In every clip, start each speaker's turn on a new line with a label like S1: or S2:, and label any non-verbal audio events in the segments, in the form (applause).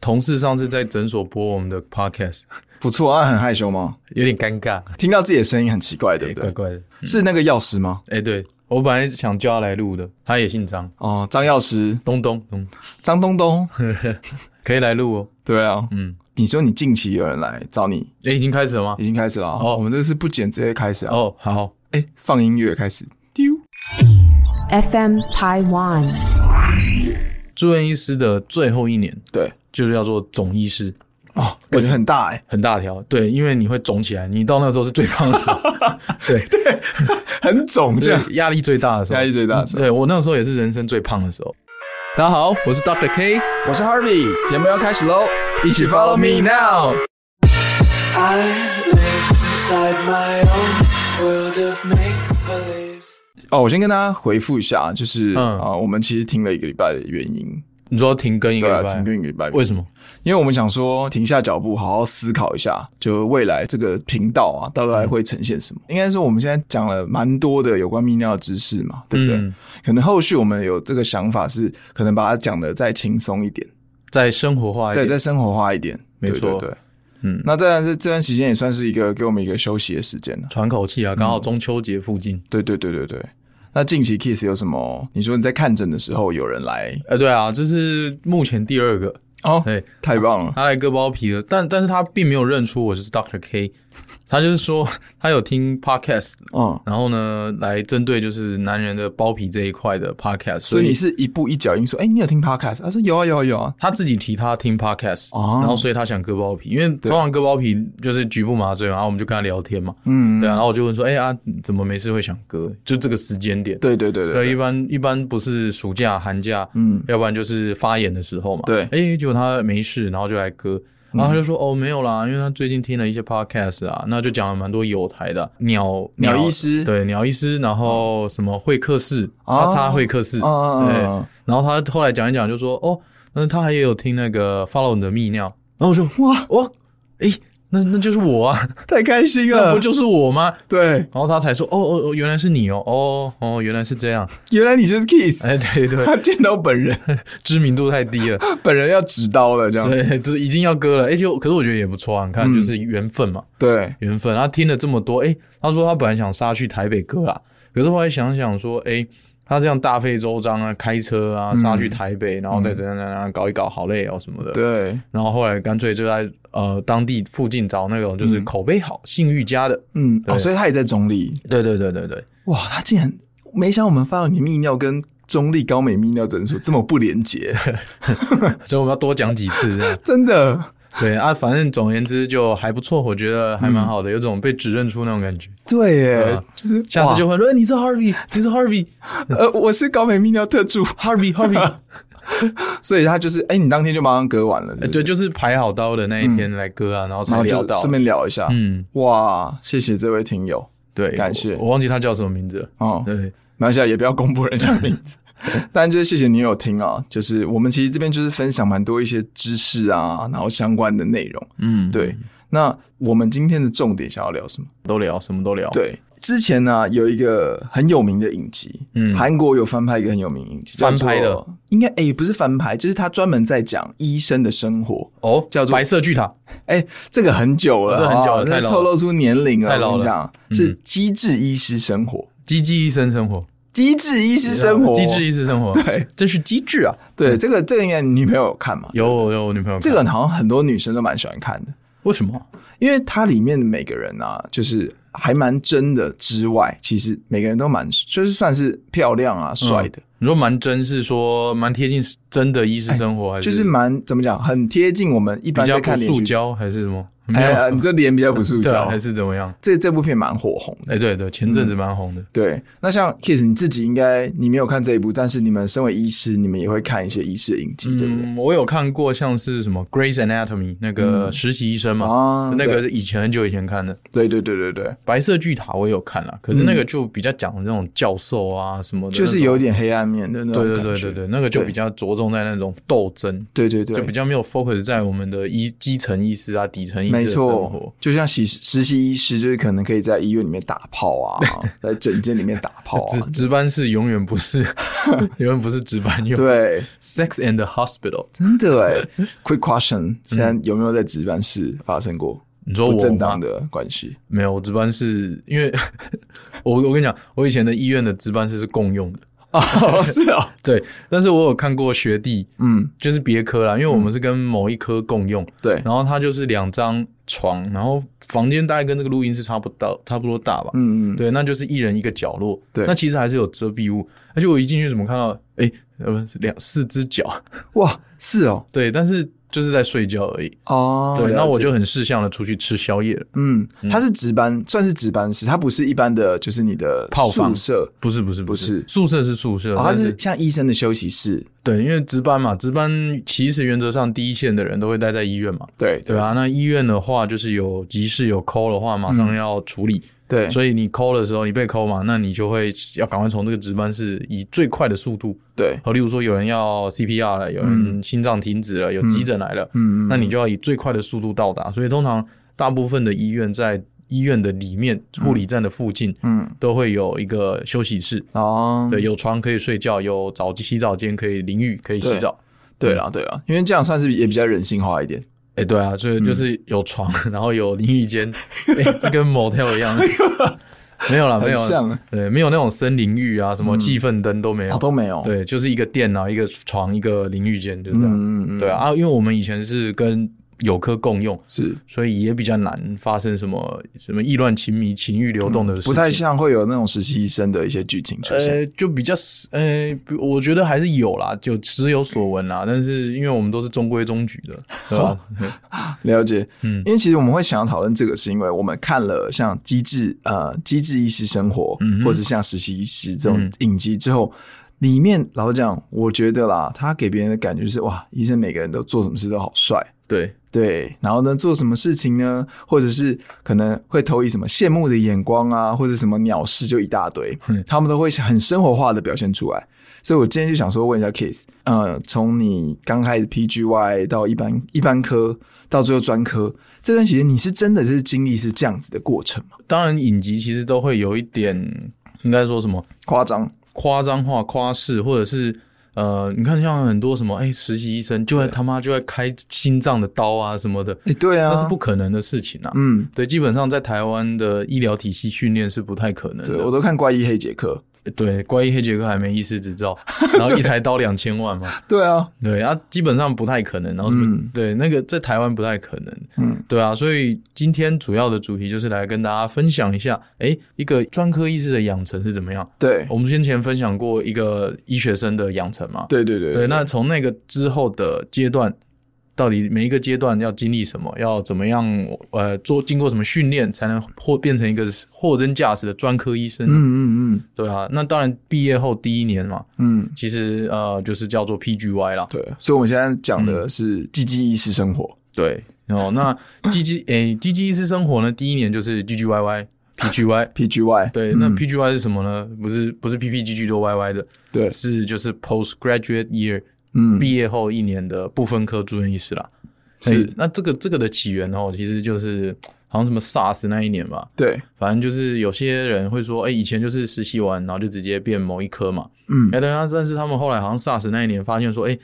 S1: 同事上次在诊所播我们的 podcast，
S2: 不错啊，很害羞吗？
S1: 嗯 (laughs) 有点尴尬，
S2: 听到自己的声音很奇怪，对不
S1: 怪嗯
S2: 对？
S1: 怪的。
S2: 是那个药师吗？
S1: 哎、对我本来想叫他来录的，他也姓张，
S2: 哦，张药师，
S1: 东东，嗯，
S2: 张东
S1: (laughs)
S2: 东。
S1: 可以来录哦。
S2: 对啊，
S1: 嗯，
S2: 你说你近期有人来找你，
S1: 哎、已经开始了吗
S2: 已？经开始了啊。
S1: 哦
S2: 我们这是不剪直接开始啊。
S1: 哦，好，
S2: 哎，放音乐开始。丢，
S3: FM Taiwan.
S1: 住院医师的最后一年
S2: 对，
S1: 就是要做总医师，
S2: 哦，感觉很大哎，
S1: 很大条，对，因为你会肿起来，你到那时候是最胖的时 (laughs) 候，对，
S2: 很肿这
S1: 对嗯
S2: 样。，
S1: 压力最大的时候，
S2: 压力最大的时候
S1: 对我那时候也是人生最胖的时候。大家好，我是 Doctor K，
S2: 我是 Harvey，节目要开始喽，
S1: 一起 follow me now。
S4: I live inside my own world of make believe.
S2: 哦，我先跟大家回复一下，就是
S1: 嗯
S2: 啊，我们其实停了一个礼拜的原因，
S1: 你说停更一个
S2: 对啊，
S1: 礼拜，
S2: 停更一个礼拜，
S1: 为什么？
S2: 因为我们想说停下脚步，好好思考一下，就未来这个频道啊，大概会呈现什么？应该说我们现在讲了蛮多的有关泌尿的知识嘛，对不对？
S1: 嗯
S2: 可能后续我们有这个想法是，可能把它讲的再轻松一点，
S1: 再生活化一
S2: 对，
S1: 点，
S2: 再生活化一点，
S1: 啊没
S2: 对
S1: 错
S2: 对对。
S1: 嗯
S2: 那当然是这段时间也算是一个给我们一个休息的时间了。
S1: 喘口
S2: 嗯
S1: 气啊，刚好中秋节附近。
S2: 对对对对对。那近期 Kiss 有什么？你说你在看诊的时候有人来
S1: 呃，对啊，这是目前第二个，
S2: 哦，
S1: 对，
S2: 太棒了！
S1: 他来割包皮了，但但是他并没有认出我就是 Doctor K，他就是说 (laughs) 他有听 podcast，
S2: 嗯，
S1: 然后呢来针对就是男人的包皮这一块的 podcast，
S2: 所
S1: 所
S2: 以
S1: 以
S2: 你是一步一脚印说，哎、你有听 Podcast？他说有啊有啊有啊，
S1: 他自己提他听 podcast，、
S2: 哦
S1: 然后所以他想割包皮，因为通常割包皮就是局部麻醉嘛，然后我们就跟他聊天嘛，
S2: 嗯，
S1: 对啊，然后我就问说，哎、啊，怎么没事会想割？就这个时间点，
S2: 对对对对
S1: 对，一般一般不是暑假、寒假，
S2: 嗯
S1: 要不然就是发炎的时候嘛。
S2: 对嗯
S1: 哎，结果他没事，然后就来割，然后他就说、哦没有啦，因为他最近听了一些 podcast 啊，那就讲了蛮多有台的鸟
S2: 鸟医师
S1: 对鸟医师，然后什么会客室，
S2: 哦
S1: 叉叉会客室，
S2: 嗯嗯
S1: 对
S2: 嗯，
S1: 然后他后来讲一讲就说哦，那他还有听那个 follow 你的泌尿，然后我就哇哇，哎。那那就是我
S2: (laughs)
S1: 啊，
S2: 太开心
S1: 那
S2: 了，
S1: 不就是我吗？
S2: 对，
S1: 然后他才说，哦哦哦，原来是你哦，哦哦，原来是这样，
S2: 原来你就是 Kiss，、
S1: 哎，对对，
S2: 他见到本人， (laughs)
S1: 知名度太 (laughs) 低了，
S2: 本人要指刀了，这样
S1: 对，就是已经要割了，而且我可是我觉得也不错啊，你看就是缘分嘛，
S2: 对
S1: 缘分。他听了这么多，诶，他说他本来想杀去台北割啦，可是后来想想说，诶，他这样大费周章啊，开车啊杀去台北，然后再怎样怎样怎样搞一搞，好累哦什么的。
S2: 对，
S1: 然后后来干脆就在呃当地附近找那种就是口碑好、信誉佳的。
S2: 嗯，
S1: 对
S2: 哦，所以他也在中立，
S1: 对对对对对，
S2: 哇，他竟然没想到我们发现你泌尿跟中立高美泌尿诊所这么不
S1: (laughs)
S2: 连结，
S1: 所以我们要多讲几次这样。
S2: 真的，
S1: 对啊，反正总而言之就还不错，我觉得还蛮好的，有种被指认出那种感觉。
S2: 对
S1: 对
S2: 耶
S1: 啊，
S2: 就是
S1: 下次就
S2: 哇
S1: 会说，哎，你是 Harvey，你是 Harvey，
S2: 呃，我是高美泌尿特助， (laughs)
S1: Harvey Harvey，
S2: 所以他就是，哎，你当天就马上割完了，是不是
S1: 哎对，就是排好刀的那一天来割啊，然后
S2: 然
S1: 才
S2: 后就
S1: 聊
S2: 是
S1: 到。
S2: 顺便聊一下，
S1: 嗯，
S2: 哇，谢谢这位听友
S1: 对，
S2: 感谢
S1: 我我忘记他叫什么名字了。
S2: 哦，
S1: 对，
S2: 马来西亚也不要公布人家名字。 (laughs) 但就是谢谢你有听啊，就是我们其实这边就是分享蛮多一些知识啊，然后相关的内容。
S1: 嗯，
S2: 对，那我们今天的重点想要聊什么？
S1: 都聊，什么都聊。，
S2: 对，之前呢、有一个很有名的影集，
S1: 嗯
S2: 韩国有翻拍一个很有名影集，叫做
S1: 翻拍的，
S2: 应该诶、不是翻拍，就是他专门在讲医生的生活。
S1: 哦，
S2: 叫做
S1: 白色巨塔。
S2: 哎、这个很久了，
S1: 哦这很久了
S2: 好不好
S1: 太老了
S2: 透露出年龄了，
S1: 太老了嗯
S2: 我跟你讲是《机智医师生活》
S1: 机智医生生活，
S2: 机智医师生活，
S1: 机智医师生活，
S2: 对，
S1: 真是机智啊！
S2: 对，这个这个应该你女朋友有看嘛？
S1: 有我有我女朋友看，
S2: 这个好像很多女生都蛮喜欢看的，
S1: 为什么？
S2: 因为它里面的每个人啊，就是还蛮真的之外，其实每个人都蛮就是算是漂亮啊、帅的，
S1: 你说蛮真是说蛮贴近真的医师生活，还
S2: 哎就是蛮怎么讲，很贴近我们一
S1: 比
S2: 般
S1: 较
S2: 在
S1: 不
S2: 看连
S1: 塑
S2: 续剧。
S1: 胶还是什么？没
S2: 哎
S1: 有
S2: 呀，你这脸比较不
S1: (laughs)
S2: 塑
S1: 对啊，
S2: 胶嗯
S1: 还，是怎么样？
S2: 这这部片蛮火红的。
S1: 哎，对对，前阵子蛮红的。
S2: 对，那像 Kiss 你自己应该你没有看这一部，但是你们身为医师，你们也会看一些医师的影集，对不对？
S1: 嗯，我有看过像是什么《Grey's Anatomy》那个实习医生嘛，
S2: 嗯啊
S1: 那个以前很久以前看的。
S2: 对对对对对，
S1: 白色巨塔我也有看了，可是那个就比较讲那种教授啊什么的那种，
S2: 就是有点黑暗面的那种
S1: 对
S2: 感
S1: 对
S2: 觉。
S1: 对对对，那个就
S2: 对
S1: 比较着重在那种斗争，
S2: 对对对
S1: 就比较没有 focus 在我们的医基层医师啊、底层医医师
S2: 没
S1: 的生
S2: 错
S1: 活，，
S2: 就像实实习医师，就是可能可以在医院里面打
S1: (laughs)
S2: 炮啊，在诊间里面打炮
S1: 值
S2: 啊，
S1: 值班室永远不
S2: (laughs)
S1: 是永远不是值班用。 (laughs)
S2: 对，
S1: ，Sex and the Hospital，
S2: 真的哎。Quick question，现在有没有在值班室发生过
S1: 你说
S2: 不
S1: 嗯我
S2: 正
S1: 吗
S2: 当的关
S1: (laughs)
S2: 系？
S1: 没有，我值班室，因为 (laughs) 我我跟你讲，我以前的医院的值班室是共用的，
S2: 哦，是啊，
S1: 对。但是我有看过学弟，
S2: 嗯，
S1: 就是别科啦，因为我们是跟某一科共用，
S2: 对，
S1: 然后他就是两张床，然后房间大概跟这个录音室差不到差不多大吧，
S2: 嗯嗯，
S1: 对，那就是一人一个角落，
S2: 对
S1: 那其实还是有遮蔽物，而且我一进去怎么看到，哎、呃不是两四只脚，
S2: 哇，是哦，
S1: 对，但是就是在睡觉而已，
S2: 哦，
S1: 对，
S2: 了
S1: 那我
S2: 解
S1: 就很识相的出去吃宵夜了，
S2: 嗯，他是值班，算是值班室，他不是一般的，就是你的
S1: 炮
S2: 宿
S1: 房
S2: 舍，
S1: 不是不是
S2: 不是
S1: 宿舍是宿舍，
S2: 哦，他
S1: 但
S2: 是像医生的休息室，
S1: 对，因为值班嘛，值班其实原则上第一线的人都会待在医院嘛，
S2: 对嗯
S1: 对啊吧、那医院的话，就是有急事有抠的话，马上要处理，
S2: 对，
S1: 所以你抠的时候，你被抠嘛，那你就会要赶快从这个值班室以最快的速度，
S2: 对，
S1: 好，例如说有人要 CPR 了，有人心脏停止了，有急诊来了，
S2: 嗯嗯，嗯
S1: 那你就要以最快的速度到达。所以通常大部分的医院在医院的里面护理站的附近
S2: 嗯，
S1: 都会有一个休息室，
S2: 哦，
S1: 对，有床可以睡觉，有澡洗澡间可以淋浴，可以洗
S2: 对
S1: 澡。嗯
S2: 对啦，对啊啦，因为这样算是也比较人性化一点，
S1: 哎、对啊，所以
S2: 嗯
S1: 就是有床，然后有淋浴间，哎、这跟 motel 一
S2: (laughs)
S1: 样。没有啦，没
S2: 哎很
S1: 有啦，
S2: 像啊嗯
S1: 对，没有那种森林浴啊，什么气氛灯都没有，
S2: 哦都没有，，
S1: 对，啊就是一个电脑、一个床、一个淋浴间，就是这样。
S2: 嗯嗯嗯，
S1: 对啊，啊，因为我们以前是跟有科共用，
S2: 是
S1: 所以也比较难发生什么什么意乱情迷、情欲流动的事情。
S2: 嗯不太像会有那种实习医生的一些剧情出现，
S1: 呃，就比较呃，不我觉得还是有啦，就时有所闻啦。但是因为我们都是中规中矩的，对
S2: 哦
S1: 吧？
S2: 了解，
S1: 嗯
S2: 因为其实我们会想要讨论这个，是因为我们看了像《机智》呃《机智医师生活》
S1: 嗯哼
S2: 或者像《实习医师》这种
S1: 嗯
S2: 影集之后，里面老实讲，我觉得啦，他给别人的感觉是哇，医生每个人都做什么事都好帅，
S1: 对，
S2: 对，然后呢，做什么事情呢？或者是可能会投以什么羡慕的眼光啊，或者什么鸟事，就一大堆
S1: 嗯，
S2: 他们都会很生活化的表现出来。所以我今天就想说问一下 Kiss，呃，从你刚开始 PGY 到一般一般科，到最后专科这段期间，你是真的就是经历是这样子的过程吗？
S1: 当然影集其实都会有一点，应该说什么
S2: 夸张，
S1: 夸张化、夸饰，或者是呃，你看像很多什么，哎、实习医生就会他妈就会开心脏的刀啊什么的，
S2: 哎、对啊，
S1: 那是不，可能的事情啊。
S2: 嗯，
S1: 对，基本上在台湾的医疗体系训练是不太可能
S2: 对
S1: 的。
S2: 我都看怪医黑杰克，
S1: 对，怪医黑杰克还没医师执照，然后一台刀两千万嘛。
S2: 对啊，
S1: (laughs) 对，啊，基本上不太可能。然后什么？
S2: 嗯
S1: 对，那个在台湾不太可能。
S2: 嗯，
S1: 对啊，所以今天主要的主题就是来跟大家分享一下，哎，一个专科医师的养成是怎么样。
S2: 对，
S1: 我们先前分享过一个医学生的养成嘛，
S2: 对对对
S1: 对，那从那个之后的阶段，到底每一个阶段要经历什么，要怎么样，呃，做经过什么训练，才能获变成一个货真价实的专科医生呢？
S2: 嗯嗯
S1: 对啊，那当然毕业后第一年嘛，
S2: 嗯嗯，
S1: 其实呃就是叫做 PGY 啦，
S2: 对，所以我们现在讲
S1: 嗯
S2: 的是积极医师生活。
S1: 对，哦，那 GG 诶 GG 医师生活呢，第一年就是
S2: (laughs)
S1: GGYY PGY。
S2: PGY，
S1: 对，那 PGY 是什么呢？不是不是 PPGG 多 YY 的，
S2: 对，
S1: 是就是 postgraduate year
S2: 嗯，
S1: 毕业后一年的不分科住院医师啦。
S2: 是
S1: 哎那这个这个的起源哦，其实就是好像什么 SARS 那一年吧，
S2: 对，
S1: 反正就是有些人会说，哎、以前就是实习完，然后就直接变某一科嘛。
S2: 嗯
S1: 哎、对啊，但是他们后来好像 SARS 那一年发现说，哎、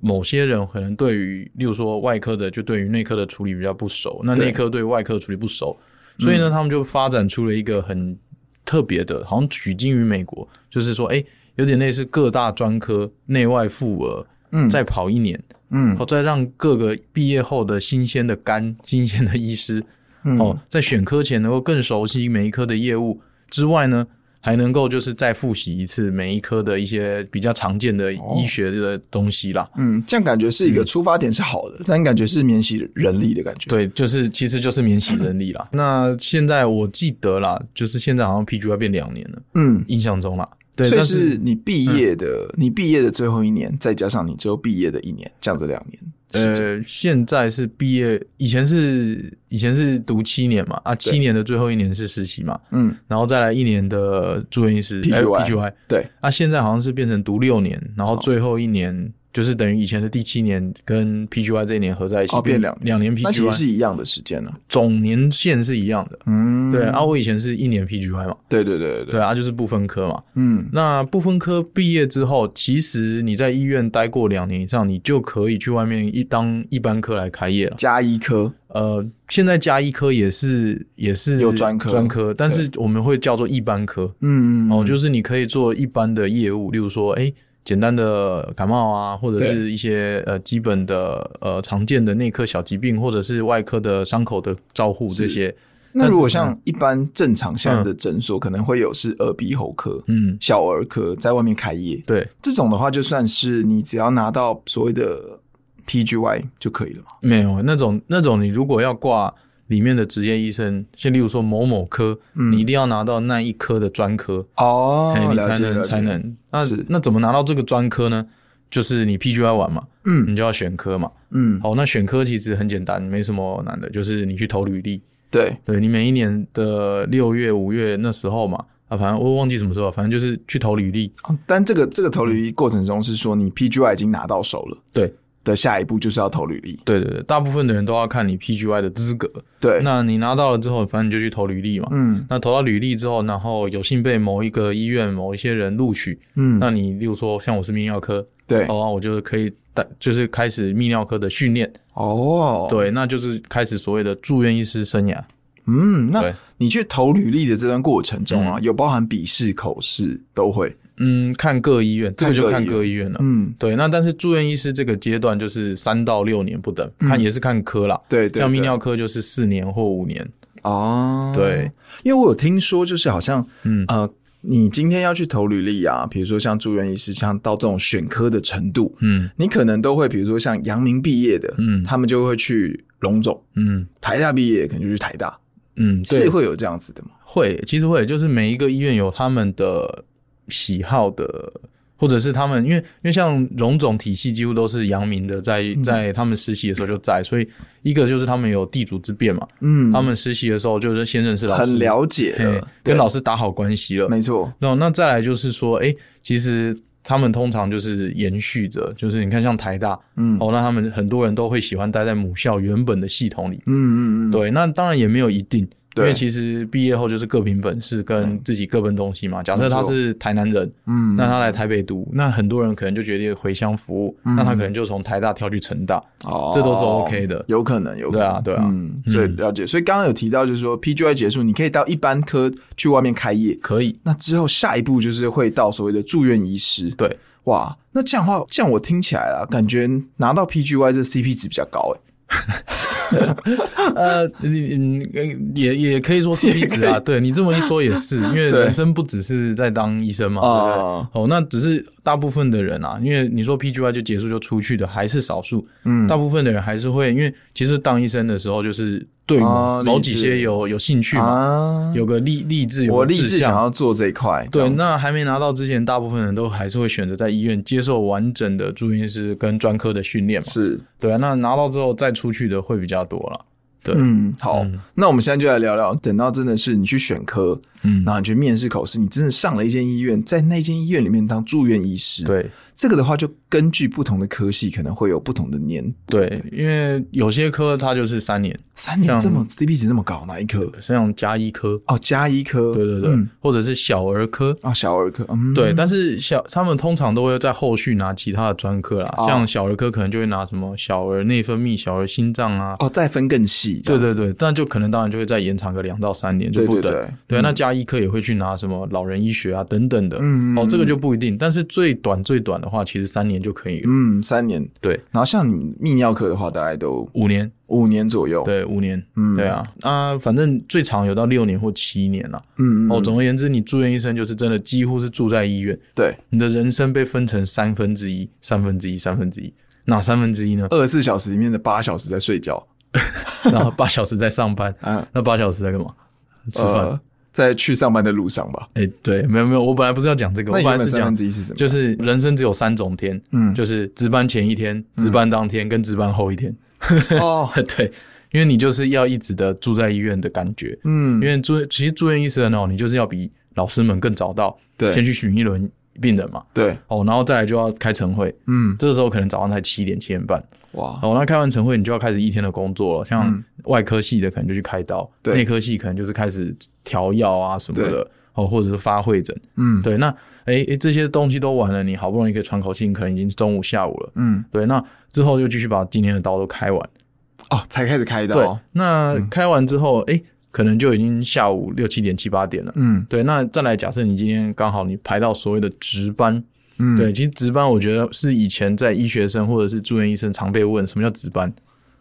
S1: 某些人可能对于，例如说外科的，就对于内科的处理比较不熟，那
S2: 对嗯
S1: 内科对外科的处理不熟，所以呢，他们就发展出了一个很特别的，好像取经于美国，就是说，哎、有点类似各大专科内外妇儿。
S2: 嗯
S1: 再跑一年，
S2: 嗯
S1: 哦，再让各个毕业后的新鲜的肝、 (laughs) 新鲜的医师，
S2: 嗯
S1: 哦，在选科前能够更熟悉每一科的业务之外呢，还能够就是再复习一次每一科的一些比较常见的医学的东西啦。
S2: 嗯，这样感觉是一个出发点是好的，但感觉是免洗人力的感觉。，
S1: 对，就是其实就是免洗能力
S2: 嗯
S1: 啦。那现在我记得啦，就是现在好像 PGY 变两年了，
S2: 嗯，
S1: 印象中啦。对，
S2: 所以
S1: 但嗯
S2: 是你毕业的，你毕业的最后一年，再加上你之后毕业的一年，这样子两年。
S1: 呃，现在是毕业，以前是以前是读七年嘛，啊，七年的最后一年是实习嘛，
S2: 嗯，
S1: 然后再来一年的住院医师呃
S2: PGY
S1: PGY，
S2: 对，哦
S1: 啊，现在好像是变成读六年，然后最后一年就是等于以前的第七年跟 PGY 这一年合在一起，
S2: 哦，变两
S1: 两年
S2: 那其实
S1: PGY，
S2: 是一样的时间了。
S1: 总年限是一样的。
S2: 嗯，
S1: 对啊，我以前是一年 PGY 嘛，
S2: 对对对对
S1: 对，啊，就是不分科嘛。
S2: 嗯，
S1: 那不分科毕业之后，其实你在医院待过两年以上，你就可以去外面一当一般科来开业了。
S2: 加医科，
S1: 呃，现在加医科也是也是
S2: 有专科
S1: 专科，但是我们会叫做一般科。
S2: 嗯嗯，
S1: 哦，就是你可以做一般的业务，例如说，哎、简单的感冒啊，或者
S2: 对
S1: 是一些呃基本的呃常见的内科小疾病，或者是外科的伤口的照护这些。
S2: 那
S1: 但
S2: 如
S1: 是
S2: 果
S1: 嗯
S2: 像一般正常现在的诊所，可能会有是耳鼻喉科、
S1: 嗯，
S2: 小儿科在外面开业，
S1: 对，
S2: 这种的话，就算是你只要拿到所谓的 PGY 就可以了嘛。
S1: 没有那种那种，你如果要挂里面的职业医生，像例如说某某科，
S2: 嗯
S1: 你一定要拿到那一科的专科，
S2: 哦
S1: 哎、你才
S2: 了解
S1: 能
S2: 了解
S1: 才能。那
S2: 是
S1: 那怎么拿到这个专科呢？就是你 PGY 完嘛，
S2: 嗯
S1: 你就要选科嘛。
S2: 嗯，
S1: 好，那选科其实很简单，没什么难的，就是你去投履历，
S2: 对，
S1: 对你每一年的六月、五月那时候嘛，啊，反正我忘记什么时候了，反正就是去投履历。
S2: 哦但这个这个投履历过程中是说你 PGY 已经拿到手了
S1: 对，
S2: 的下一步就是要投履历，
S1: 对对对，大部分的人都要看你 PGY 的资格。
S2: 对，
S1: 那你拿到了之后，反正你就去投履历嘛。
S2: 嗯
S1: 那投到履历之后，然后有幸被某一个医院某一些人录取，
S2: 嗯，
S1: 那你例如说像我是泌尿科，
S2: 对
S1: 好啊，我就可以带，就是开始泌尿科的训练，
S2: 哦，
S1: 对，那就是开始所谓的住院医师生涯。
S2: 嗯，那
S1: 对
S2: 你去投履历的这段过程中啊，有包含笔试、口试都会，
S1: 嗯，看各医院，这个就
S2: 看
S1: 看
S2: 各
S1: 各医院了。
S2: 嗯，
S1: 对，那但是住院医师这个阶段就是三到六年不等，看也是看科啦。
S2: 对嗯对
S1: 像
S2: 对
S1: 泌尿科就是四年或五年。
S2: 哦，
S1: 对，
S2: 因为我有听说，就是好像，嗯
S1: 嗯
S2: 呃，你今天要去投履历啊，比如说像住院医师，像到这种选科的程度，
S1: 嗯
S2: 你可能都会，比如说像阳明毕业的，
S1: 嗯
S2: 他们就会去龙总；
S1: 嗯
S2: 台大毕业可能就去台大，
S1: 嗯，对
S2: 是，会有这样子的嘛？
S1: 会其实会，就是每一个医院有他们的喜好的，或者是他们因为因为像荣总体系几乎都是阳明的，在
S2: 嗯
S1: 在他们实习的时候就在，所以一个就是他们有地主之便嘛，
S2: 嗯，
S1: 他们实习的时候就是先认识老师，
S2: 很了解
S1: 嘿
S2: 了，对
S1: 跟老师打好关系了，
S2: 没错，
S1: 那那再来就是说，哎、其实他们通常就是延续着，就是你看像台大，
S2: 嗯
S1: 哦，那他们很多人都会喜欢待在母校原本的系统里。
S2: 嗯嗯嗯，
S1: 对，那当然也没有一定，因
S2: 对
S1: 为其实毕业后就是各凭本事，跟自己各奔东西嘛。假设他是台南人，
S2: 嗯，
S1: 那他来台北读，那很多人可能就决定回乡服务，
S2: 嗯
S1: 那他可能就从台大跳去成大。
S2: 哦
S1: 这都是 OK 的
S2: 有可能，有可
S1: 对
S2: 能
S1: 啊对啊
S2: 嗯，所以了解，所以刚刚有提到，就是说 PGI 结束，你可以到一般科去外面开业，
S1: 可以，
S2: 那之后下一步就是会到所谓的住院医师，
S1: 对，
S2: 哇，那这样的话，这样我听起来啦，感觉拿到 PGY 这 CP 值比较高欸诶、
S1: 呃，嗯，嗯也也可以说是例子
S2: 也可
S1: 啊。对你这么一说也
S2: (laughs)
S1: 是，因为
S2: 对
S1: 人生不只是在当医生嘛，对不对？
S2: 啊，
S1: 哦，那只是大部分的人啊，因为你说 PGY 就结束就出去的还是少数，
S2: 嗯
S1: 大部分的人还是会，因为其实当医生的时候就是对
S2: 啊
S1: 某某
S2: 励志
S1: 几些有有兴趣嘛，
S2: 啊，
S1: 有个励励志，有个
S2: 我立志
S1: 志
S2: 想
S1: 向。
S2: 要做这一块，这
S1: 对，
S2: 样子
S1: 那还没拿到之前，大部分人都还是会选择在医院接受完整的住院师跟专科的训练嘛。
S2: 是
S1: 对啊，那拿到之后再出去的会比较多了。对
S2: 嗯，好，
S1: 嗯
S2: 那我们现在就来聊聊，等到真的是你去选科，
S1: 嗯
S2: 然，后你去面试口试，你真的上了一间医院，在那间医院里面当住院医师，，
S1: 对。
S2: 这个的话就根据不同的科系可能会有不同的年，
S1: 对，因为有些科它就是三年，
S2: 三年
S1: 像
S2: 这么 CP 值那么高，哪一科？
S1: 像加医科，
S2: 哦，加医科，
S1: 对对对，
S2: 嗯
S1: 或者是小儿科，
S2: 啊、小儿科，嗯，
S1: 对，但是小他们通常都会在后续拿其他的专科啦，
S2: 哦
S1: 像小儿科可能就会拿什么小儿内分泌、小儿心脏啊，
S2: 哦，再分更细，
S1: 对
S2: 这样
S1: 对
S2: 子
S1: 对，但就可能当然就会再延长个两到三年就
S2: 对
S1: 不
S2: 对
S1: 等。
S2: 对
S1: 对那加医科也会去拿什么老人医学啊等等的，
S2: 嗯
S1: 哦，这个就不一定，但是最短最短的话，其实三年就可以了，
S2: 嗯，三年。
S1: 对，
S2: 然后像你泌尿科的话，大概都
S1: 五年，
S2: 五年左右。，
S1: 对，五年，
S2: 嗯
S1: 对啊，啊，反正最长有到六年或七年啦、
S2: 嗯，嗯
S1: 哦，总而言之，你住院医生就是真的几乎是住在医院，
S2: 对，？
S1: 你的人生被分成三分之一、三分之一、三分之一，哪三分之一呢 (laughs)
S2: 二十四小时里面的八小时在睡觉，
S1: 然后八小时在上班，
S2: 嗯，
S1: 那八小时在干嘛？吃饭。
S2: 呃，在去上班的路上吧。
S1: 哎、对，没有没有，我本来不是要讲这个，我
S2: 那你
S1: 本
S2: 原
S1: 来
S2: 本
S1: 是
S2: 三
S1: 讲
S2: 分，之一是什么？
S1: 就是人生只有三种天，
S2: 嗯
S1: 就是值班前一天、值班当天跟值班后一天。
S2: 哦，
S1: (laughs) 对，因为你就是要一直的住在医院的感觉，
S2: 嗯
S1: 因为住其实住院医生哦，你就是要比老师们更早到，
S2: 对
S1: 先去巡一轮病人嘛，
S2: 对，
S1: 哦，然后再来就要开晨会，
S2: 嗯，
S1: 这个时候可能早上才七点七点半，
S2: 哇，
S1: 哦，那开完晨会你就要开始一天的工作了，像
S2: 嗯
S1: 外科系的可能就去开刀，
S2: 对
S1: 内科系可能就是开始调药啊什么的
S2: 对，
S1: 哦，或者是发会诊，
S2: 嗯，，
S1: 对，那诶诶这些东西都完了，你好不容易可以喘口气，你可能已经中午下午了，
S2: 嗯，
S1: 对，那之后就继续把今天的刀都开完，
S2: 哦，嗯才开始开
S1: 对
S2: 刀，，
S1: 那开完之后，诶，可能就已经下午六七点七八点了。
S2: 嗯
S1: 对，那再来假设你今天刚好你排到所谓的值班，
S2: 嗯，
S1: 对，其实值班我觉得是以前在医学生或者是住院医生常被问什么叫值班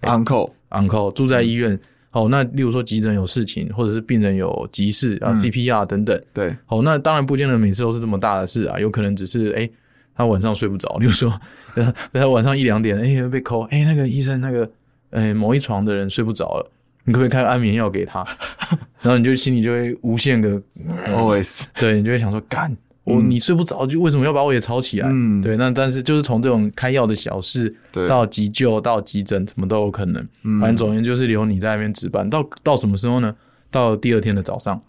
S2: ，uncle，
S1: ，uncle 住在医
S2: 嗯
S1: 院。哦，那例如说急诊有事情，或者是病人有急事啊、
S2: 嗯
S1: CPR 等等。
S2: 对，
S1: 哦，那当然不见得每次都是这么大的事啊，有可能只是哎、诶他晚上睡不着，例如说呃他晚上一两点哎、诶被抠，哎、那个医生那个哎、诶某一床的人睡不着了，你可不可以开安眠药给他？ (laughs) 然后你就心里就会无限个
S2: always，
S1: 对你就会想说，干我、
S2: 嗯
S1: 你睡不着，就为什么要把我也吵起来？
S2: 嗯
S1: 对，那但是就是从这种开药的小事
S2: 对
S1: 到急救到急诊，什么都有可能。
S2: 嗯
S1: 反正总而言之就是留你在那边值班，到到什么时候呢？到第二天的早上，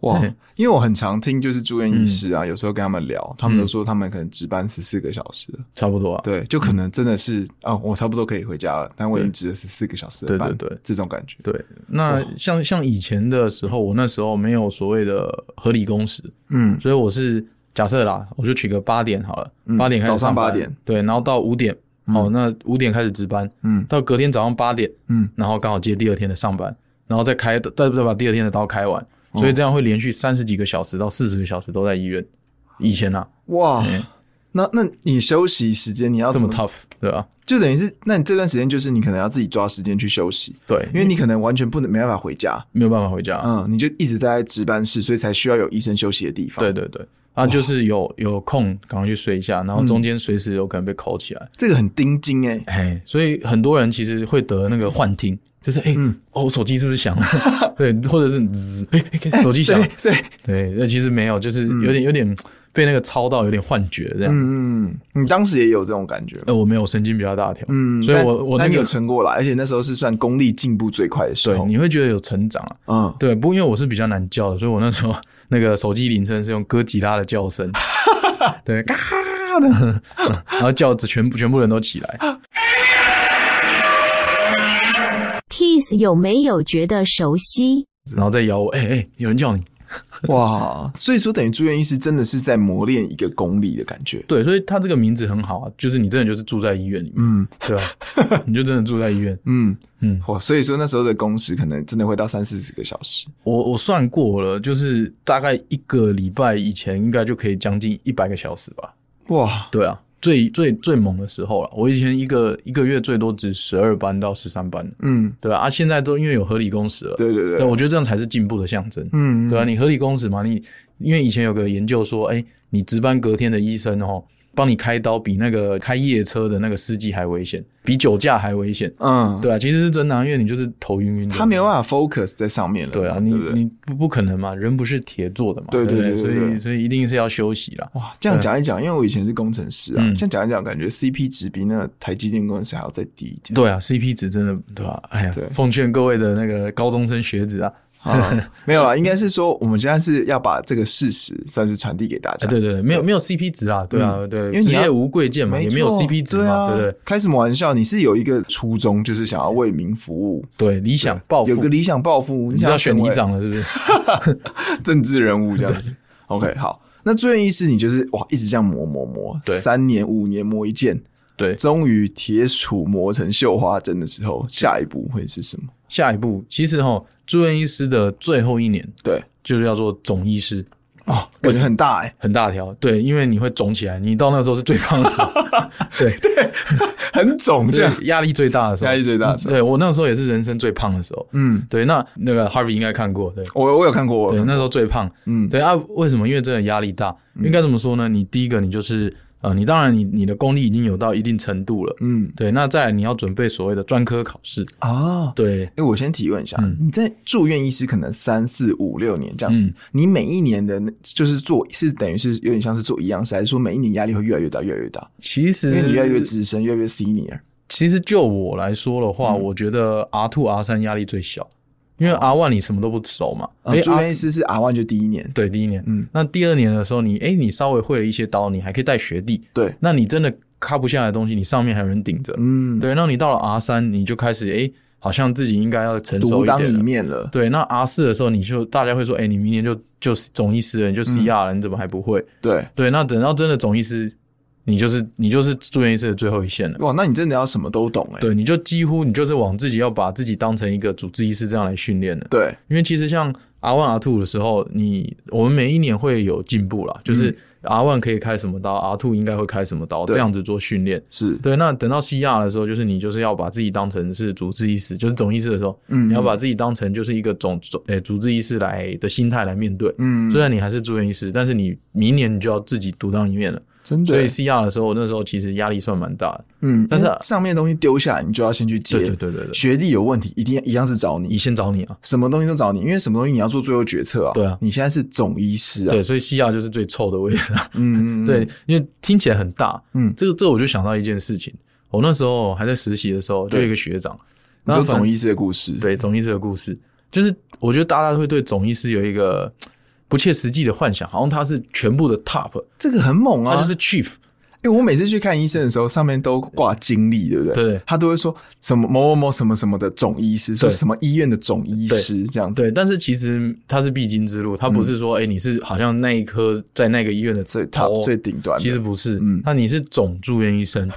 S2: 哇
S1: 对，
S2: 因为我很常听就是住院医师啊，有时候跟他们聊，他们
S1: 嗯
S2: 都说他们可能值班十四个小时了，
S1: 差不多啊。
S2: 对，就可能真的是啊、我差不多可以回家了，但我已经值了十四个小时的班，
S1: 对对对
S2: 这种感觉，
S1: 对，那像像以前的时候，我那时候没有所谓的合理工时，
S2: 嗯，
S1: 所以我是假设啦，我就取个八点好了，
S2: 嗯
S1: 八点开始
S2: 早上
S1: 上班
S2: 8点，
S1: 对，然后到五点，哦，那五点开始值班，
S2: 嗯
S1: 到隔天早上八点，
S2: 嗯，
S1: 然后刚好接第二天的上班，然后再开，再再把第二天的刀开完，
S2: 哦
S1: 所以这样会连续三十几个小时到四十个小时都在医院。以前啊，
S2: 哇，
S1: 嗯
S2: 哎那那你休息时间你要
S1: 这
S2: 哦怎
S1: 么
S2: 么？
S1: tough，对吧、
S2: 就等于是，那你这段时间就是你可能要自己抓时间去休息，
S1: 对，
S2: 因为你可能完全不能没办法回家，
S1: 没有办法回家。
S2: 嗯，你就一直待在值班室，所以才需要有医生休息的地方。
S1: 对，对对，啊，就是有有空赶快去睡一下，然后中间随时有可能被扣起来。
S2: 这个很盯紧哎、
S1: 哎，所以很多人其实会得那个幻听，就是哎、
S2: 嗯
S1: 哦，我手机是不是响
S2: (laughs)
S1: 了？对，或者是滋，哎、哎手机响了
S2: 对。所以
S1: 对，那其实没有，就是有点有点被那个操到，有点幻觉这样。
S2: 嗯，你当时也有这种感觉吗？
S1: 呃，我没有神经比较大条，
S2: 嗯，
S1: 所以
S2: 但
S1: 我我
S2: 但
S1: 那
S2: 你有
S1: 个
S2: 撑过来，而且那时候是算功力进步最快的时
S1: 对，
S2: 候。
S1: 你会觉得有成长啊。
S2: 嗯，
S1: 对，不过因为我是比较难叫的，所以我那时
S2: (laughs)
S1: 候那个手机铃声是用哥吉拉的叫声，对，嘎的，然后叫全部全部人都起来。
S5: Keith 有没有觉得熟悉？
S1: 然后再咬我，哎、哎、有人叫你。 (laughs)
S2: 哇，所以说等于住院医师真的是在磨练一个功力的感觉。
S1: 对，所以他这个名字很好啊，就是你真的就是住在医院里面，
S2: 嗯
S1: 对
S2: (laughs)
S1: 吧、你就真的住在医院。
S2: 嗯
S1: 嗯
S2: 嗯，哇，所以说那时候的工时可能真的会到三四十个小时。
S1: 我我算过了，就是大概一个礼拜以前，应该就可以将近一百个小时吧。
S2: 哇，
S1: 对啊，最最最猛的时候了。我以前一个一个月最多值十二班到十三班，
S2: 嗯，
S1: 对啊，啊现在都因为有合理工时了，
S2: 对对对，
S1: 对，我觉得这样才是进步的象征。
S2: 嗯，
S1: 对啊，你合理工时嘛，你因为以前有个研究说，哎、你值班隔天的医生哦，帮你开刀比那个开夜车的那个司机还危险，比酒驾还危险。
S2: 嗯，
S1: 对啊，其实是真的啊、因为你就是头晕晕的。
S2: 他没有办法 focus 在上面了嘛。
S1: 对啊，你
S2: 对不对
S1: 你不不可能嘛，人不是铁做的嘛，
S2: 对
S1: 对
S2: 对
S1: 不
S2: 对对
S1: 所以
S2: 对
S1: 所以一定是要休息啦。
S2: 哇，这样讲一讲，因为我以前是工程师啊，
S1: 嗯
S2: 这样讲一讲，感觉 CP 值比那台积电工程师还要再低一点。
S1: 对啊，CP 值真的对吧、哎呀
S2: 对，
S1: 奉劝各位的那个高中生学子啊， (laughs)
S2: 啊，没有啦，应该是说我们现在是要把这个事实算是传递给大
S1: 哎，
S2: 家。
S1: 对对对，没有没有 CP 值啦，对啊，
S2: 嗯
S1: 对，
S2: 因为
S1: 职
S2: 你要
S1: 业无贵贱嘛，也没有
S2: 错
S1: CP 值
S2: 对
S1: 嘛，
S2: 啊，
S1: 对不对？
S2: 开什么玩笑？你是有一个初衷，就是想要为民服务，
S1: 对，理想抱负，
S2: 有个理想抱负，
S1: 你
S2: 想
S1: 要选
S2: 成为
S1: 里长了，是不是？
S2: (laughs) 政治人物这样子。OK，好，那住院医师你就是哇，一直这样磨磨磨，
S1: 对
S2: 三年五年磨一件，
S1: 对，
S2: 终于铁杵磨成绣花针的时候，下一步会是什么？
S1: 下一步，其实哈，住院医师的最后一年
S2: 对，
S1: 就是要做总医师，
S2: 哦，感觉很大哎、
S1: 很大条。对，因为你会肿起来，你到那时候是最胖的时
S2: (laughs)
S1: 候，对，
S2: 很肿这样。
S1: 对，压力最大的时候，
S2: 压力最大的时候
S1: 对我那时候也是人生最胖的时候。
S2: 嗯，
S1: 对，那那个 Harvey 应该看过，对
S2: 我我有看过，嗯我有
S1: 对，
S2: 看
S1: 那时候最胖。
S2: 嗯，
S1: 对啊，为什么？因为真的压力大。应该怎么说呢？你第一个，你就是呃，你当然你你的功力已经有到一定程度了。
S2: 嗯
S1: 对，那再来你要准备所谓的专科考试。
S2: 啊，
S1: 对，
S2: 哎、我先提问一下，你在住院医师可能三四五六年这样子，
S1: 嗯嗯
S2: 你每一年的那就是做是等于是有点像是做一样事，还是说每一年压力会越来越大，越来越大，
S1: 其实
S2: 因为你越来越资深，越来越 senior？嗯
S1: 其实就我来说的话，我觉得 R two R 三压力最小。因为 R one 你什么都不熟嘛，
S2: 呃
S1: 哎、
S2: 住院
S1: R
S2: 医师是 R one 哦就第一年，
S1: 对第一年，
S2: 嗯，
S1: 那第二年的时候你哎、你稍微会了一些刀，你还可以带学弟，
S2: 对，
S1: 那你真的卡不下来的东西，你上面还有人顶着，
S2: 嗯，
S1: 对，那你到了 R 三你就开始哎、好像自己应该要成熟
S2: 独
S1: 一
S2: 当
S1: 点啊
S2: 一
S1: 了。
S2: 面了，
S1: 对，那 R 四的时候，你就大家会说，哎、你明年就就是总医师了，
S2: 嗯
S1: 你就 CR 了，你怎么还不会？
S2: 对，
S1: 对，那等到真的总医师，你就是你就是住院医师的最后一线了。
S2: 哇，那你真的要什么都懂哎、
S1: 对，你就几乎你就是往自己要把自己当成一个主治医师这样来训练的。
S2: 对
S1: 因为其实像 R one R two 的时候，你我们每一年会有进步啦，就是 R one 可以开什么刀，R two 应该会开什么刀，
S2: 嗯对
S1: 这样子做训练。
S2: 是，
S1: 对，那等到 CR 的时候，就是你就是要把自己当成是主治医师，就是总医师的时候，
S2: 嗯
S1: 你要把自己当成就是一个总总诶、主治医师来的心态来面对。
S2: 嗯，
S1: 虽然你还是住院医师，但是你明年你就要自己独当一面了。
S2: 真的
S1: 所以
S2: 欸，
S1: CR 的时候，那时候其实压力算蛮大的。
S2: 嗯，
S1: 但是啊
S2: 因为上面的东西丢下来，你就要先去接，
S1: 对对对对对
S2: 学弟有问题，一定一样是找
S1: 你
S2: 你，
S1: 先找你啊，
S2: 什么东西都找你，因为什么东西你要做最后决策啊，
S1: 对啊
S2: 你现在是总医师啊，
S1: 对，所以西亚就是最臭的位置啊。
S2: 嗯，嗯，
S1: (laughs)
S2: 嗯，
S1: 对，因为听起来很大，
S2: 嗯
S1: 这个这个我就想到一件事情，我那时候还在实习的时候，就
S2: 对
S1: 有一个学长，
S2: 你
S1: 然
S2: 说
S1: 后反
S2: 总医师的故事，，
S1: 对总医师的故事，就是我觉得大家会对总医师有一个不切实际的幻想，好像他是全部的 top，
S2: 这个很猛啊，
S1: 他就是 chief，
S2: 因为我每次去看医生的时候，上面都挂经历，对不对？
S1: 对
S2: 他都会说什么某某某什么什么的总医师，说
S1: 对
S2: 什么医院的总医师这样子。
S1: 对，但是其实他是必经之路，他不是说哎、诶你是好像那一科在那个医院的
S2: 嗯最 top，
S1: 头
S2: 最顶端
S1: 哦
S2: 的
S1: 其实不是，
S2: 嗯
S1: 那你是总住院医
S2: (laughs)
S1: 生，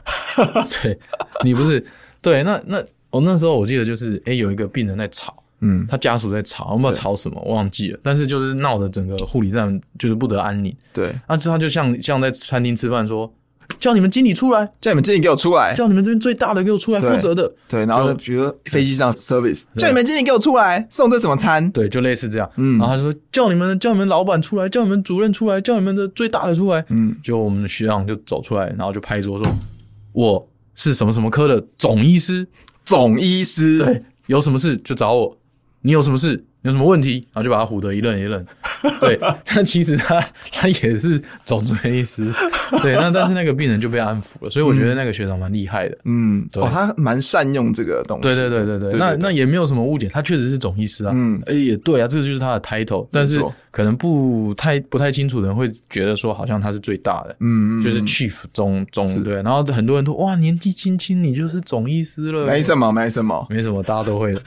S1: 对你不是对，那那我那时候我记得就是哎、诶有一个病人在吵。
S2: 嗯，
S1: 他家属在吵，我不知道吵什么，忘记了。但是就是闹得整个护理站就是不得安宁。
S2: 对，
S1: 那啊就他就像像在餐厅吃饭说，叫你们经理出来，
S2: 叫你们经理给我出来。
S1: 叫你们这边最大的给我出来
S2: 对
S1: 负责的，
S2: 对，然后呢，
S1: 就
S2: 比如说飞机上 service，
S1: 对
S2: 叫你们经理给我出来，送这什么餐？
S1: 对，就类似这样。
S2: 嗯
S1: 然后他就说叫你们叫你们老板出来，叫你们主任出来，叫你们的最大的出来。
S2: 嗯，
S1: 就我们的学长就走出来，然后就拍桌说：“我是什么什么科的总医师，
S2: 总医师，
S1: 对，， (laughs) 有什么事就找我，你有什么事，有什么问题，然后就把他唬得一愣一 (laughs) 愣。对，但其实他他也是总住院医师，对，那但是那个病人就被安抚了，所以我觉得那个学长蛮厉害的。
S2: 嗯，
S1: 对
S2: 哦，他蛮善用这个东西。
S1: 对对对对对，那那也没有什么误解，他确实是总医师啊，
S2: 嗯
S1: 哎也对啊，这个就是他的 title，但是
S2: 错
S1: 可能不太不太清楚的人会觉得说好像他是最大的，
S2: 嗯，嗯
S1: 就是
S2: 嗯
S1: chief 总总对，然后很多人都哇年纪轻轻你就是总医师了，
S2: 没什么，没什么，
S1: 没什么，大家都会 (laughs) 的。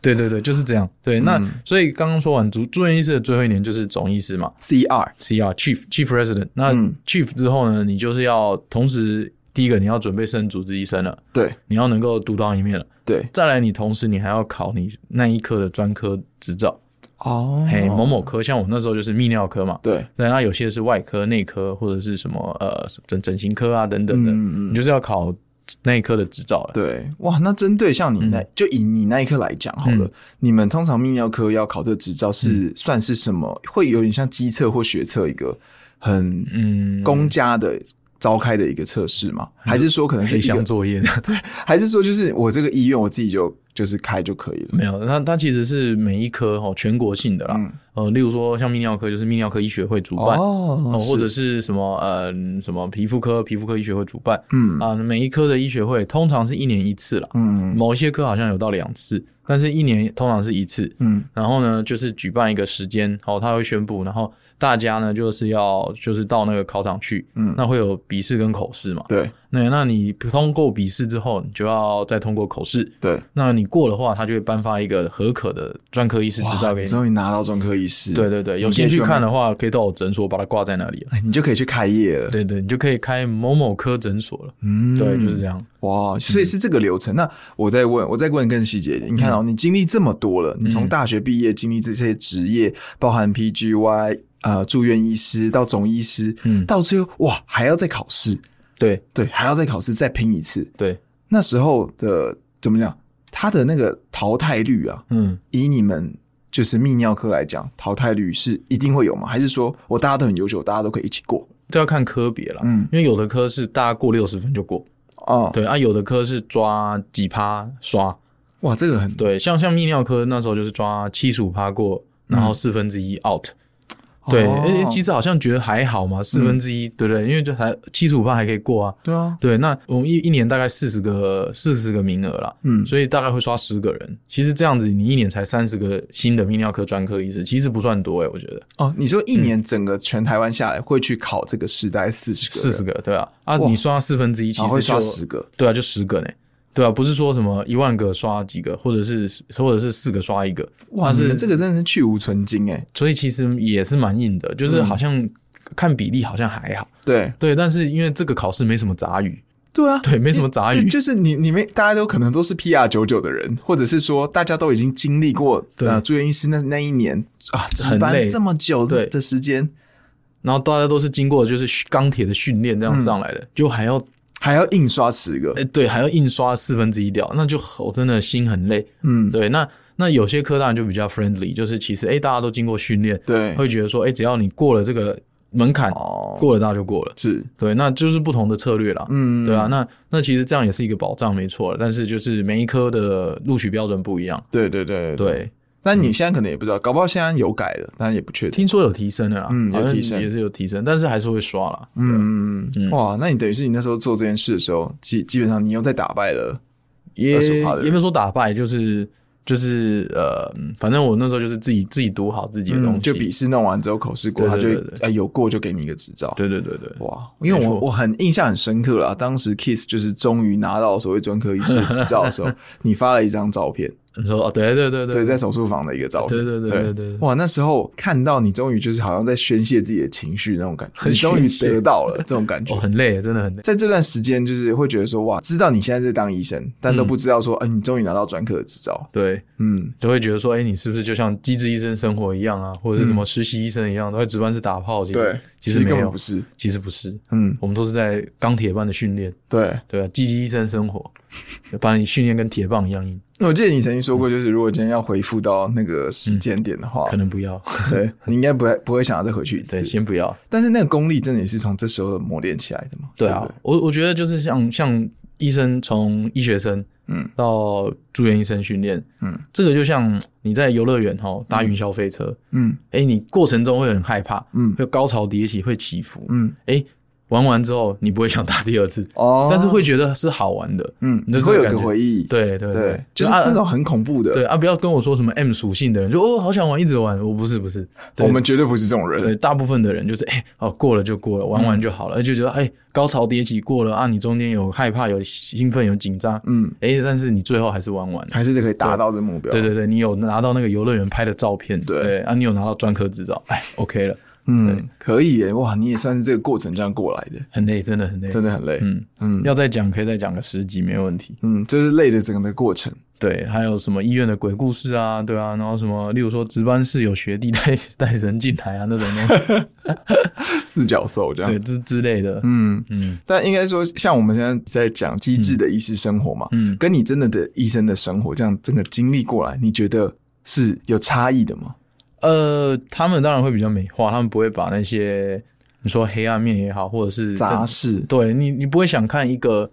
S1: 对对对，就是这样。对，
S2: 嗯
S1: 那、所以刚刚说完住住院医师的最后一年就是总医师嘛
S2: CR，
S1: ，CR Chief Chief Resident。那
S2: 嗯
S1: Chief 之后呢，你就是要同时第一个你要准备升主治医生了，
S2: 对
S1: 你要能够独当一面了。
S2: 对，
S1: 再来，你同时你还要考你那一科的专科执照，
S2: 哦
S1: 嘿，某某科，像我那时候就是泌尿科嘛，
S2: 对，
S1: 对，那有些是外科、内科或者是什么呃整整形科啊等等的，
S2: 嗯嗯嗯
S1: 你就是要考那一科的执照了。
S2: 对，哇，那针对像你那，
S1: 嗯
S2: 就以你那一科来讲好了，你们通常泌尿科要考这个执照是、
S1: 嗯
S2: 算是什么？会有点像机测或学测一个很
S1: 嗯，
S2: 公家的召开的一个测试吗？还是说可能是
S1: 黑
S2: 一
S1: 箱
S2: 个？
S1: 作业的。 (laughs)
S2: 还是说就是我这个医院我自己就就是开就可以了？
S1: 没有，它它其实是每一科哦全国性的啦，
S2: 嗯
S1: 呃，例如说像泌尿科就是泌尿科医学会主办，
S2: 哦
S1: 呃或者是什么呃什么皮肤科皮肤科医学会主办
S2: 嗯
S1: 啊、每一科的医学会通常是一年一次啦，
S2: 嗯
S1: 某一些科好像有到两次，但是一年通常是一次。
S2: 嗯
S1: 然后呢，就是举办一个时间，哦，他会宣布，然后大家呢就是要就是到那个考场去，
S2: 嗯
S1: 那会有笔试跟口试嘛，
S2: 对
S1: 那那你通过笔试之后，你就要再通过口试，
S2: 对，
S1: 那你过的话，他就会颁发一个合可的专科医师执照
S2: 哇
S1: 给你。
S2: 终于拿到专科医师，
S1: 对对对，有
S2: 你可以
S1: 兴趣
S2: 去
S1: 看的话，可以到我诊所把它挂在那里了。
S2: 哎，你就可以去开业了。
S1: 对对，你就可以开某某科诊所了。
S2: 嗯
S1: 对，就是这样。
S2: 哇，所以是这个流程。那我再问，我再问更细节一点。你看
S1: 嗯
S2: 哦，你经历这么多了，你从大学毕业经历这些职业，包含 PGY 呃住院医师到总医师，
S1: 嗯
S2: 到最后哇还要再考试，
S1: 对
S2: 对，还要再考试再拼一次。
S1: 对，
S2: 那时候的怎么讲？他的那个淘汰率啊，
S1: 嗯，
S2: 以你们就是泌尿科来讲，淘汰率是一定会有吗？还是说我大家都很优秀，大家都可以一起过？
S1: 这要看科别了。
S2: 嗯
S1: 因为有的科是大家过六十分就过，
S2: 哦，，
S1: 对啊，有的科是抓几趴刷。
S2: 哇，这个很
S1: 对，像像泌尿科那时候就是抓七十五趴过，然后四分之一 out。对，
S2: 嗯哦嗯
S1: 而且其实好像觉得还好嘛，四分之一，对不对？因为就还七十五趴还可以过啊。
S2: 对啊，
S1: 对，那我们一一年大概四十个四十个名额啦，
S2: 嗯
S1: 所以大概会刷十个人。其实这样子，你一年才三十个新的泌尿科专科医师，其实不算多诶、我觉得
S2: 哦，你说一
S1: 嗯
S2: 年整个全台湾下来会去考这个试，大概四十个人，
S1: 四十个，对啊，啊，
S2: 哇
S1: 你刷四分之一，其
S2: 然后
S1: 实就
S2: 会刷十个，
S1: 对啊，就十个呢、对啊，不是说什么一万个刷几个，或者是或者是四个刷一个，
S2: 哇，
S1: 它
S2: 你
S1: 是
S2: 们这个真的是去无存精哎、
S1: 所以其实也是蛮硬的，
S2: 嗯
S1: 就是好像看比例好像还好，
S2: 对
S1: 对，但是因为这个考试没什么杂鱼，
S2: 对啊，
S1: 对，没什么杂鱼，
S2: 就是你你们大家都可能都是 PR 九九的人，或者是说大家都已经经历过
S1: 对
S2: 呃住院医师那那一年啊值
S1: 很
S2: 班
S1: 累
S2: 这么久的
S1: 对
S2: 的时间，
S1: 然后大家都是经过就是训钢铁的训练这
S2: 嗯
S1: 样上来的，就还要
S2: 还要印刷十个
S1: 哎、，对，还要印刷四分之一掉，那就我真的心很累。
S2: 嗯，
S1: 对，那那有些科当然就比较 friendly，就是其实哎、大家都经过训练，
S2: 对，
S1: 会觉得说哎、只要你过了这个门槛，
S2: 哦
S1: 过了大家就过了。
S2: 是
S1: 对，那就是不同的策略啦。
S2: 嗯
S1: 对啊，那那其实这样也是一个保障，没错。但是就是每一科的录取标准不一样。
S2: 对对对，
S1: 对，嗯
S2: 那你现在可能也不知道，搞不好现在有改了，但也不确定。
S1: 听说有提升的啦，
S2: 嗯有
S1: 好像
S2: 提升
S1: 也是有提升，但是还是会刷啦。
S2: 嗯嗯嗯，
S1: 嗯
S2: 哇，那你等于是你那时候做这件事的时候，基基本上你又在打败了，
S1: 啊也
S2: 25%的人
S1: 也没有说打败，就是就是呃，嗯反正我那时候就是自己自己读好自己的东西，
S2: 嗯就笔试弄完之后口试过，
S1: 对
S2: 他就
S1: 对
S2: 会
S1: 对对
S2: 哎有过就给你一个执照，
S1: 对对对对，
S2: 哇，因为
S1: 没
S2: 我
S1: 错
S2: 我很印象很深刻啦，当时 Kiss 就是终于拿到所谓专科医师的执照的时候，
S1: (laughs)
S2: 你发了一张照片，
S1: 你说哦，对对对
S2: 对，在手术房的一个照片，
S1: 对对对对对对
S2: 哇，那时候看到你终于就是好像在宣泄自己的情绪那种感觉，
S1: 很
S2: 你终于
S1: 宣泄
S2: 得到了这种感
S1: (laughs)
S2: 觉
S1: 哦，。很累，真的很累。
S2: 在这段时间，就是会觉得说，哇，知道你现在在当医生，但
S1: 嗯
S2: 都不知道说，哎、你终于拿到专科的执照，
S1: 对，
S2: 嗯，
S1: 就会觉得说，哎、你是不是就像《机智医生生活》一样啊，或者是什么实习医生一样，都在值班室打炮？其实其
S2: 嗯其
S1: 实
S2: 实
S1: 没
S2: 根本
S1: 有，
S2: 不是，
S1: 其实不是，
S2: 嗯，
S1: 我们都是在钢铁般的训练，
S2: 对。
S1: 对吧、积极医生生活， (laughs) 把你训练跟铁棒一样硬，
S2: 那我记得你曾经说过，就是如果今天要回复到那个时间点的话，
S1: 嗯可能不要，
S2: (laughs) 对
S1: (laughs)
S2: 你应该不会不会想要再回去一次
S1: 对，，先不要。
S2: 但是那个功力真的也是从这时候磨练起来的嘛？
S1: 对啊
S2: 不，
S1: 我我觉得就是像像医生从医学生，
S2: 嗯，
S1: 到住院医生训练，
S2: 嗯，
S1: 这个就像你在游乐园哈搭云霄飞车，
S2: 嗯
S1: 哎、你过程中会很害怕，
S2: 嗯
S1: 会高潮迭起，会起伏，
S2: 嗯，
S1: 哎、玩完之后你不会想搭第二次，
S2: 哦
S1: 但是会觉得是好玩的，
S2: 嗯，
S1: 你
S2: 你
S1: 就
S2: 会有
S1: 这
S2: 个
S1: 感觉
S2: 回忆，
S1: 对对
S2: 对
S1: 对，，
S2: 就是
S1: 啊
S2: 那种很恐怖的，
S1: 对，啊，不要跟我说什么 M 属性的人，就哦好想玩，一直玩，我不是不是，对
S2: 我们绝对嗯不是这种人
S1: 对，大部分的人就是哎、哦过了就过了，玩玩就好了，就觉得哎、高潮迭起过了啊，你中间有害怕、有兴奋、有紧张，
S2: 嗯，
S1: 哎、但是你最后还是玩完了。
S2: 还是可以达到这目标，
S1: 对对对，你有拿到那个游乐园拍的照片，
S2: 对
S1: 啊，你有拿到专科执照，哎，OK 了，
S2: 嗯，可以耶，哇，你也算是这个过程这样过来的，
S1: 很累，真的很累，
S2: 真的很累，
S1: 嗯
S2: 嗯
S1: 要再讲可以再讲个十集没问题。
S2: 嗯，就是累的整个的过程， (laughs)
S1: 对，还有什么医院的鬼故事啊，对啊，然后什么，例如说值班室有学弟带 (laughs) 带人进来啊那种东
S2: (laughs)
S1: 西，
S2: 四角兽这
S1: 对
S2: 样，
S1: 之之类的，
S2: 嗯。
S1: 嗯
S2: 但应该说，像我们现在在讲机智的医师生活嘛，
S1: 嗯
S2: 跟你真的的医生的生活这样整个经历过来，你觉得是有差异的吗？
S1: 呃，他们当然会比较美化，他们不会把那些你说黑暗面也好，或者是
S2: 杂事，
S1: 对你，你不会想看一个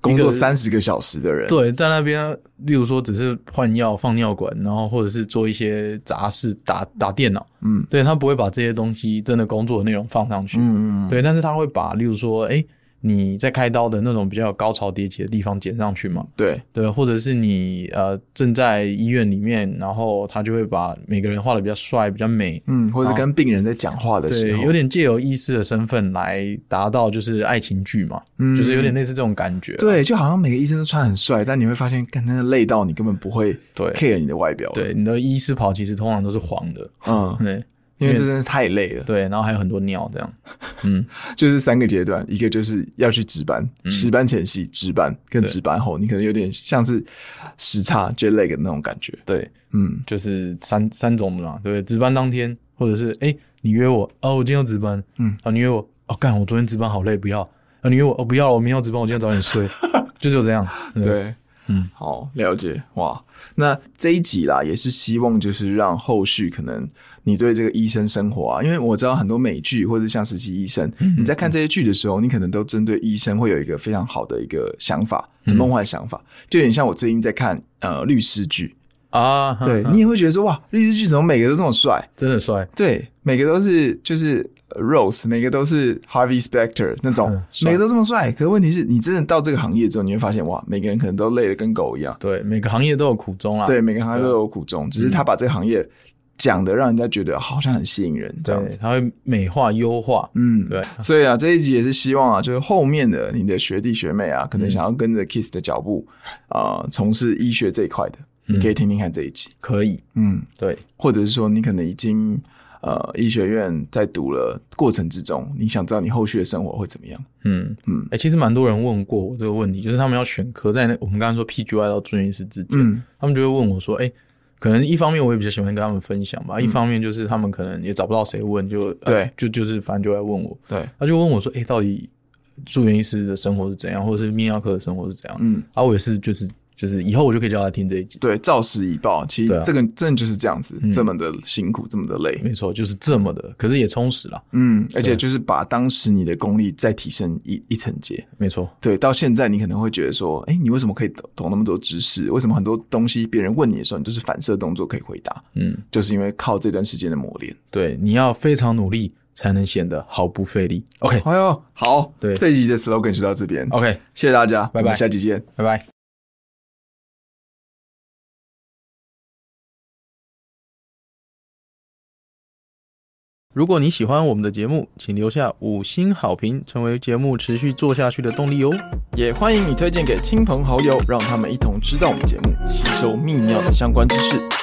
S2: 工作
S1: 一个
S2: 三十个小时的人，
S1: 对在那边，例如说只是换药、放尿管，然后或者是做一些杂事、打打电脑，
S2: 嗯
S1: 对他不会把这些东西真的工作的内容放上去，
S2: 嗯嗯，嗯，
S1: 对，但是他会把例如说，哎、你在开刀的那种比较有高潮迭起的地方剪上去嘛，
S2: 对，
S1: 对，或者是你呃正在医院里面，然后他就会把每个人画的比较帅、比较美，
S2: 嗯，或者跟病人在讲话的时
S1: 对，
S2: 候，
S1: 有点借由医师的身份来达到就是爱情剧嘛，
S2: 嗯
S1: 就是有点类似这种感觉啊。
S2: 对，就好像每个医生都穿很帅，但你会发现，干真的累到你根本不会
S1: 对
S2: care 你的外表，，
S1: 对，你的医师袍其实通常都是黄
S2: (laughs)
S1: 的，
S2: 嗯，
S1: 对
S2: 因为这真的是太累了。
S1: 对，然后还有很多尿这样。
S2: 就是三个阶段，一个就是要去值班，值班前夕、值班跟
S1: 嗯对
S2: 值班后，你可能有点像是时差 jet lag 的那种感觉，
S1: 对，
S2: 嗯，
S1: 就是三三种的嘛，对不对？值班当天，或者是哎、你约我哦，我今天要值班，
S2: 嗯，
S1: 啊，你约我哦，干，我昨天值班好累，不要。啊，你约我哦，不要了，我明天要值班，我今天早点
S2: (laughs)
S1: 睡，就只有这样。对
S2: 对，
S1: 嗯，
S2: 好，了解，哇，那这一集啦，也是希望就是让后续可能你对这个医生生活啊，因为我知道很多美剧或者像实习医生，
S1: 嗯
S2: 你在看这些剧的时候，你可能都针对医生会有一个非常
S1: 嗯
S2: 好的一个想法，很梦幻的想法，就有点像我最近在看呃律师剧。
S1: 啊，哈
S2: 对
S1: 哈
S2: 你也会觉得说哇，励志剧怎么每个都这么帅？
S1: 真的帅，
S2: 对，每个都是就是呃 Rose，每个都是 Harvey Specter 那种，
S1: 嗯帅
S2: 每个都这么帅。可是问题是你真的到这个行业之后，你会发现哇，每个人可能都累得跟狗一样。
S1: 对，每个行业都有苦衷啦，啊
S2: 对，每个行业都有苦衷，只是他把这个行业讲的让人家觉得好像很吸引人这样
S1: 对，
S2: 子。
S1: 他会美化优化，
S2: 嗯，
S1: 对，
S2: 所以啊，这一集也是希望啊，就是后面的你的学弟学妹啊，可能想要跟着 Kiss 的脚步啊，呃从事医学这一块的，
S1: 嗯
S2: 你可以听听看这一集。
S1: 可以，
S2: 嗯，
S1: 对，
S2: 或者是说你可能已经呃医学院在读了过程之中，你想知道你后续的生活会怎么样？
S1: 嗯
S2: 嗯
S1: 嗯，哎、其实蛮多人问过我这个问题，就是他们要选科，在那我们刚刚说 PGY 到住院医师之间，
S2: 嗯
S1: 他们就会问我说，哎、可能一方面我也比较喜欢跟他们分享吧，一方面就是他们可能也找不到谁问，就
S2: 嗯对
S1: 呃就就是反正就来问我，
S2: 对，
S1: 他就问我说，哎、到底住院医师的生活是怎样，或者是泌尿科的生活是怎样？
S2: 嗯，
S1: 啊，我也是，就是就是以后我就可以叫他听这一集，
S2: 对，照实以报，其
S1: 对
S2: 实
S1: 啊嗯
S2: 这个真的就是这样子，这么的辛苦，这么的累。
S1: 没错，就是这么的，可是也充实啦，
S2: 嗯，而且就是把当时你的功力再提升一一层阶。
S1: 没错，
S2: 对，到现在你可能会觉得说，哎，你为什么可以懂懂那么多知识？为什么很多东西别人问你的时候，你就是反射动作可以回答？
S1: 嗯，
S2: 就是因为靠这段时间的磨练。
S1: 对，你要非常努力才能显得毫不费力。OK
S2: 哎呦，好，
S1: 对
S2: 这一集的 slogan 就到这边
S1: OK，
S2: 谢谢大家，
S1: 拜拜
S2: 我们下期见。
S1: 拜拜。如果你喜欢我们的节目，请留下五星好评，成为节目持续做下去的动力哦。
S2: 也欢迎你推荐给亲朋好友，让他们一同知道我们节目，吸收泌尿的相关知识。